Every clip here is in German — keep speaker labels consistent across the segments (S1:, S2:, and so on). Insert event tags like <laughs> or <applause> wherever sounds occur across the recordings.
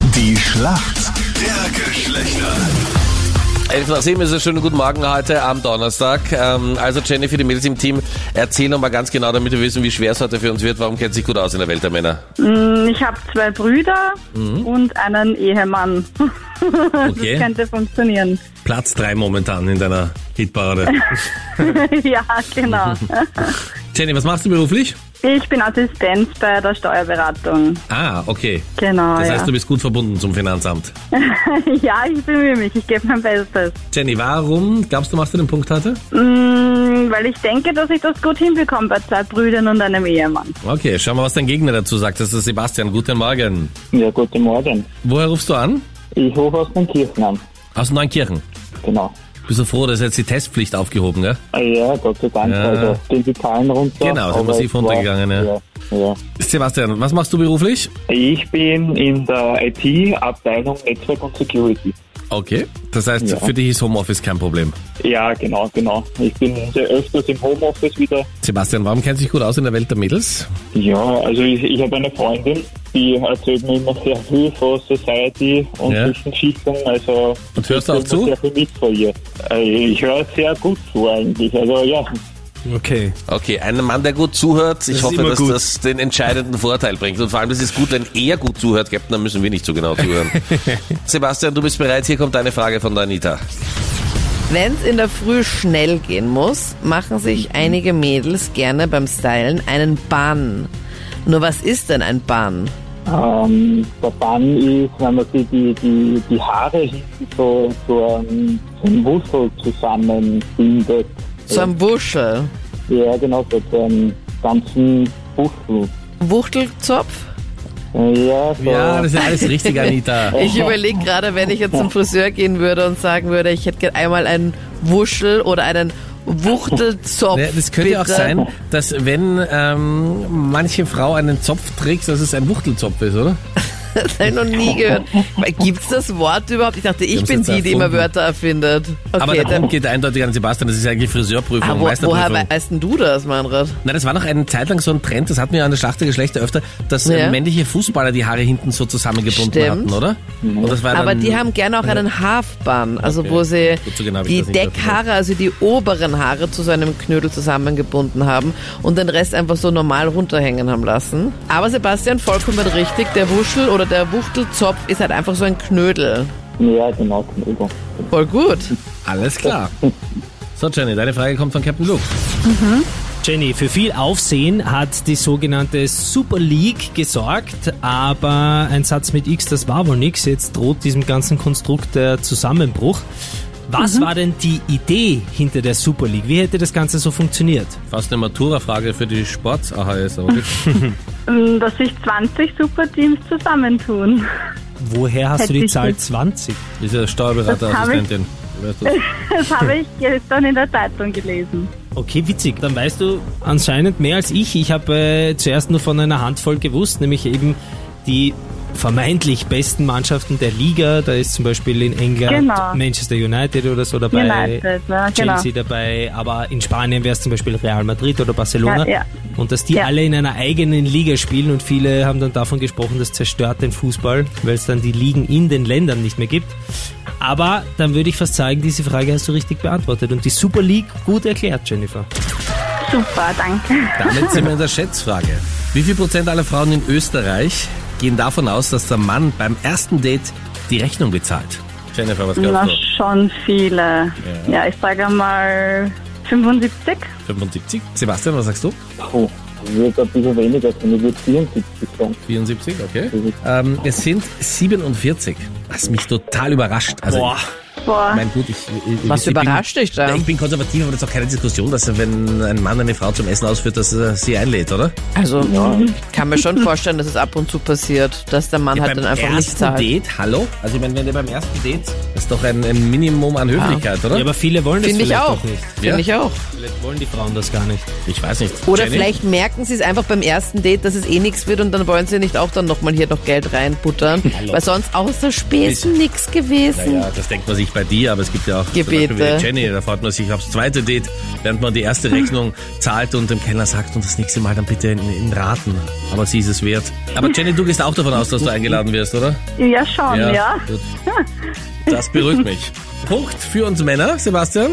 S1: Die Schlacht der Geschlechter.
S2: 11 nach 7 ist es. Schönen guten Morgen heute am Donnerstag. Ähm, also Jenny für die Mädels im Team, erzähl noch mal ganz genau, damit wir wissen, wie schwer es heute für uns wird. Warum kennt sich gut aus in der Welt der Männer?
S3: Mm, Ich habe zwei Brüder und einen Ehemann.
S4: Mhm.
S3: <laughs>
S4: Okay.
S3: Das könnte funktionieren. <laughs>
S4: Platz 3 momentan in deiner Hitparade. <laughs>
S3: ja, genau.
S4: Jenny, was machst du beruflich?
S3: Ich bin Assistenz bei der Steuerberatung.
S4: Ah, okay.
S3: Genau.
S4: Das
S3: ja.
S4: heißt, du bist gut bist verbunden zum Finanzamt.
S3: <laughs> ja, ich bemühe mich, ich gebe mein Bestes.
S4: Jenny, warum glaubst du, machst du den Punkt heute?
S3: Mm, Weil ich denke, dass ich das gut hinbekomme bei zwei Brüdern und einem Ehemann.
S4: Okay, schau mal, was dein Gegner dazu sagt. Das ist Sebastian. Guten Morgen.
S5: Ja, guten Morgen.
S4: Woher rufst du an?
S5: Ich rufe aus den Kirchen an.
S4: Aus Neunkirchen.
S5: Genau. Ah,
S4: Bist du froh, dass jetzt die Testpflicht aufgehoben, gell?
S5: Ja, Gott sei Dank.
S4: Ja.
S5: Also sind die Zahlen runter.
S4: Genau, sind
S5: aber
S4: massiv
S5: es war-
S4: runtergegangen, ja.
S5: Ja, ja.
S4: Sebastian, was machst du beruflich?
S5: Ich bin in der IT-Abteilung Netzwerk und Security.
S4: Okay. Das heißt,
S5: Ja.
S4: für dich ist Homeoffice kein Problem.
S5: Ja, genau, genau. Ich bin sehr öfters im Homeoffice wieder.
S4: Sebastian, warum kennst du dich gut aus in der Welt der Mädels?
S5: Ja, also ich, ich habe eine Freundin, die erzählt mir immer sehr viel von Society und
S4: Ja.
S5: Zwischenschichten. Also
S4: Und hörst du auch
S5: ich nehme
S4: zu?
S5: Sehr viel mit von ihr. Äh, Ich höre sehr gut zu eigentlich. Also ja,
S4: Okay.
S2: Okay, ein Mann, der gut zuhört. Ich
S4: Das ist
S2: hoffe,
S4: immer
S2: dass
S4: gut.
S2: das den entscheidenden Vorteil bringt. Und vor allem, das ist gut, wenn er gut zuhört, Captain, dann müssen wir nicht so genau
S4: <laughs>
S2: zuhören. Sebastian, du bist bereit. Hier kommt eine Frage von der Anita.
S6: Wenn es in der Früh schnell gehen muss, machen sich einige Mädels gerne beim Stylen einen Bann. Nur was ist denn ein Bann?
S5: Ähm, der Bann ist, wenn man sich die, die, die Haare hinten so so einem so einem Wuschel zusammenbindet.
S6: So ein Wuschel.
S5: Ja, genau, so zu einem ganzen Wuschel.
S6: Wuchtelzopf?
S5: Ja, so.
S4: Ja, das ist ja alles
S2: <laughs>
S4: richtig, Anita.
S6: Ich überlege gerade, wenn ich
S4: <laughs>
S6: jetzt zum Friseur gehen würde und sagen würde, ich hätte gerne einmal einen Wuschel oder einen Wuchtelzopf.
S4: Ja, Ne, das könnte
S6: bitte.
S4: auch sein, dass wenn ähm, manche Frau einen Zopf trägt, dass es ein Wuchtelzopf ist, oder?
S6: Das habe ich noch nie gehört. Gibt's das Wort überhaupt? Ich dachte, ich
S4: haben's
S6: bin
S4: jetzt
S6: die, die immer
S4: erfunden.
S6: Wörter erfindet. Okay,
S4: Aber der
S6: dann-
S4: Punkt geht eindeutig an Sebastian, das ist eigentlich Friseurprüfung,
S6: Ah, wo, woher
S4: Meisterprüfung.
S6: weißt denn du das, Meinrad?
S4: Na, das war noch eine Zeit lang so ein Trend, das hatten wir ja an der Schlacht der Geschlechter öfter, dass äh,
S6: Ja.
S4: männliche Fußballer die Haare hinten so zusammengebunden
S6: Stimmt.
S4: hatten, oder? Und das war
S6: Aber
S4: dann,
S6: die haben gerne auch einen Hafbann, also
S4: Okay.
S6: wo sie
S4: Gut, so genau hab ich
S6: die
S4: das nicht verstanden.
S6: Deckhaare, also die oberen Haare zu so einem Knödel zusammengebunden haben und den Rest einfach so normal runterhängen haben lassen. Aber Sebastian, vollkommen richtig, der Wuschel oder der Wuchtelzopf ist halt einfach so ein Knödel.
S5: ja genau, genau.
S6: Voll gut.
S4: Alles klar. So, Jenny, deine Frage kommt von Captain Luke.
S7: Jenny, für viel Aufsehen hat die sogenannte Super League gesorgt, aber ein Satz mit X, das war wohl nix. Jetzt droht diesem ganzen Konstrukt der Zusammenbruch.
S3: Mhm.
S7: Was war denn die Idee hinter der Super League? Wie hätte das Ganze so funktioniert?
S4: Fast eine Matura-Frage für die Sports-AHS, aber
S6: <laughs>
S4: gut.
S3: Mm, Dass sich 20 Superteams zusammentun. <laughs>
S7: Woher hast
S3: Hätte
S7: du die
S3: ich
S7: Zahl
S3: nicht.
S7: 20?
S4: Diese Steuerberaterassistentin. Weißt du?
S3: Das habe ich gestern in der Zeitung gelesen.
S7: Okay, witzig. Dann weißt du anscheinend mehr als ich. Ich habe äh, zuerst nur von einer Handvoll gewusst, nämlich eben die vermeintlich besten Mannschaften der Liga. Da ist zum Beispiel in England
S3: Genau.
S7: Manchester United oder so dabei.
S3: United, ja, genau.
S7: Chelsea dabei. Aber in Spanien wäre es zum Beispiel Real Madrid oder Barcelona.
S3: Ja, ja.
S7: Und dass die
S3: Ja.
S7: alle in einer eigenen Liga spielen und viele haben dann davon gesprochen, das zerstört den Fußball, weil es dann die Ligen in den Ländern nicht mehr gibt. Aber dann würde ich fast sagen, diese Frage hast du richtig beantwortet und die Super League gut erklärt, Jennifer.
S3: Super, danke.
S4: Damit sind wir in der Schätzfrage. Wie viel Prozent aller Frauen in Österreich gehen davon aus, dass der Mann beim ersten Date die Rechnung bezahlt? Jennifer, was
S3: Na,
S4: glaubst
S3: schon viele. Ja, ich sage mal 75.
S4: du? 75? Sebastian, was sagst du?
S5: Puh, wird ein bisschen weniger sein. Ich würde 74 sagen.
S4: 74, okay. Ähm, es sind 47, was mich total überrascht. Also, Ich
S3: Boah,
S4: mein, gut, ich, ich,
S6: Was
S4: ich
S6: überrascht
S4: bin,
S6: dich da?
S4: Ja, Ich bin konservativ, aber das ist auch keine Diskussion, dass wenn ein Mann eine Frau zum Essen ausführt, dass er sie einlädt, oder?
S6: Also
S4: mhm.
S6: kann mir schon vorstellen, dass es ab und zu passiert, dass der Mann halt
S4: beim
S6: dann einfach
S4: ersten
S6: nicht zahlt.
S4: Date, hallo? Also ich meine, wenn der beim ersten Date, das ist doch ein, ein Minimum
S6: Ah.
S4: an Höflichkeit, oder?
S7: Ja, aber viele wollen das
S6: Finde ich
S7: vielleicht
S6: auch.
S7: auch nicht.
S6: Finde
S4: Ja.
S6: ich auch.
S7: Vielleicht wollen die Frauen das gar nicht.
S4: ich weiß nicht.
S6: Oder
S4: Jenny?
S6: vielleicht merken sie es einfach beim ersten Date, dass es eh nichts wird und dann wollen sie nicht auch dann nochmal hier noch Geld reinbuttern, weil sonst außer Spesen nichts gewesen.
S4: Ja, das denkt man sich nicht bei dir, aber es gibt ja auch zum
S6: Gebete.
S4: Beispiel wie die Jenny, da freut man sich aufs zweite Date, während man die erste Rechnung zahlt und dem Kellner sagt und das nächste Mal dann bitte in, in Raten. Aber sie ist es wert. Aber Jenny, du gehst auch davon aus, dass du eingeladen wirst, oder?
S3: Ja, schon, ja.
S4: Gut. Das berührt mich. Punkt für uns Männer, Sebastian.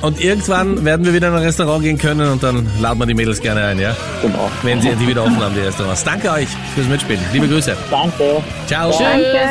S4: Und irgendwann werden wir wieder in ein Restaurant gehen können und dann laden wir die Mädels gerne ein, ja?
S5: Genau.
S4: Wenn sie die wieder offen haben, die Restaurants. Danke euch fürs Mitspielen. Liebe Grüße.
S5: Danke.
S4: Ciao.
S3: Danke.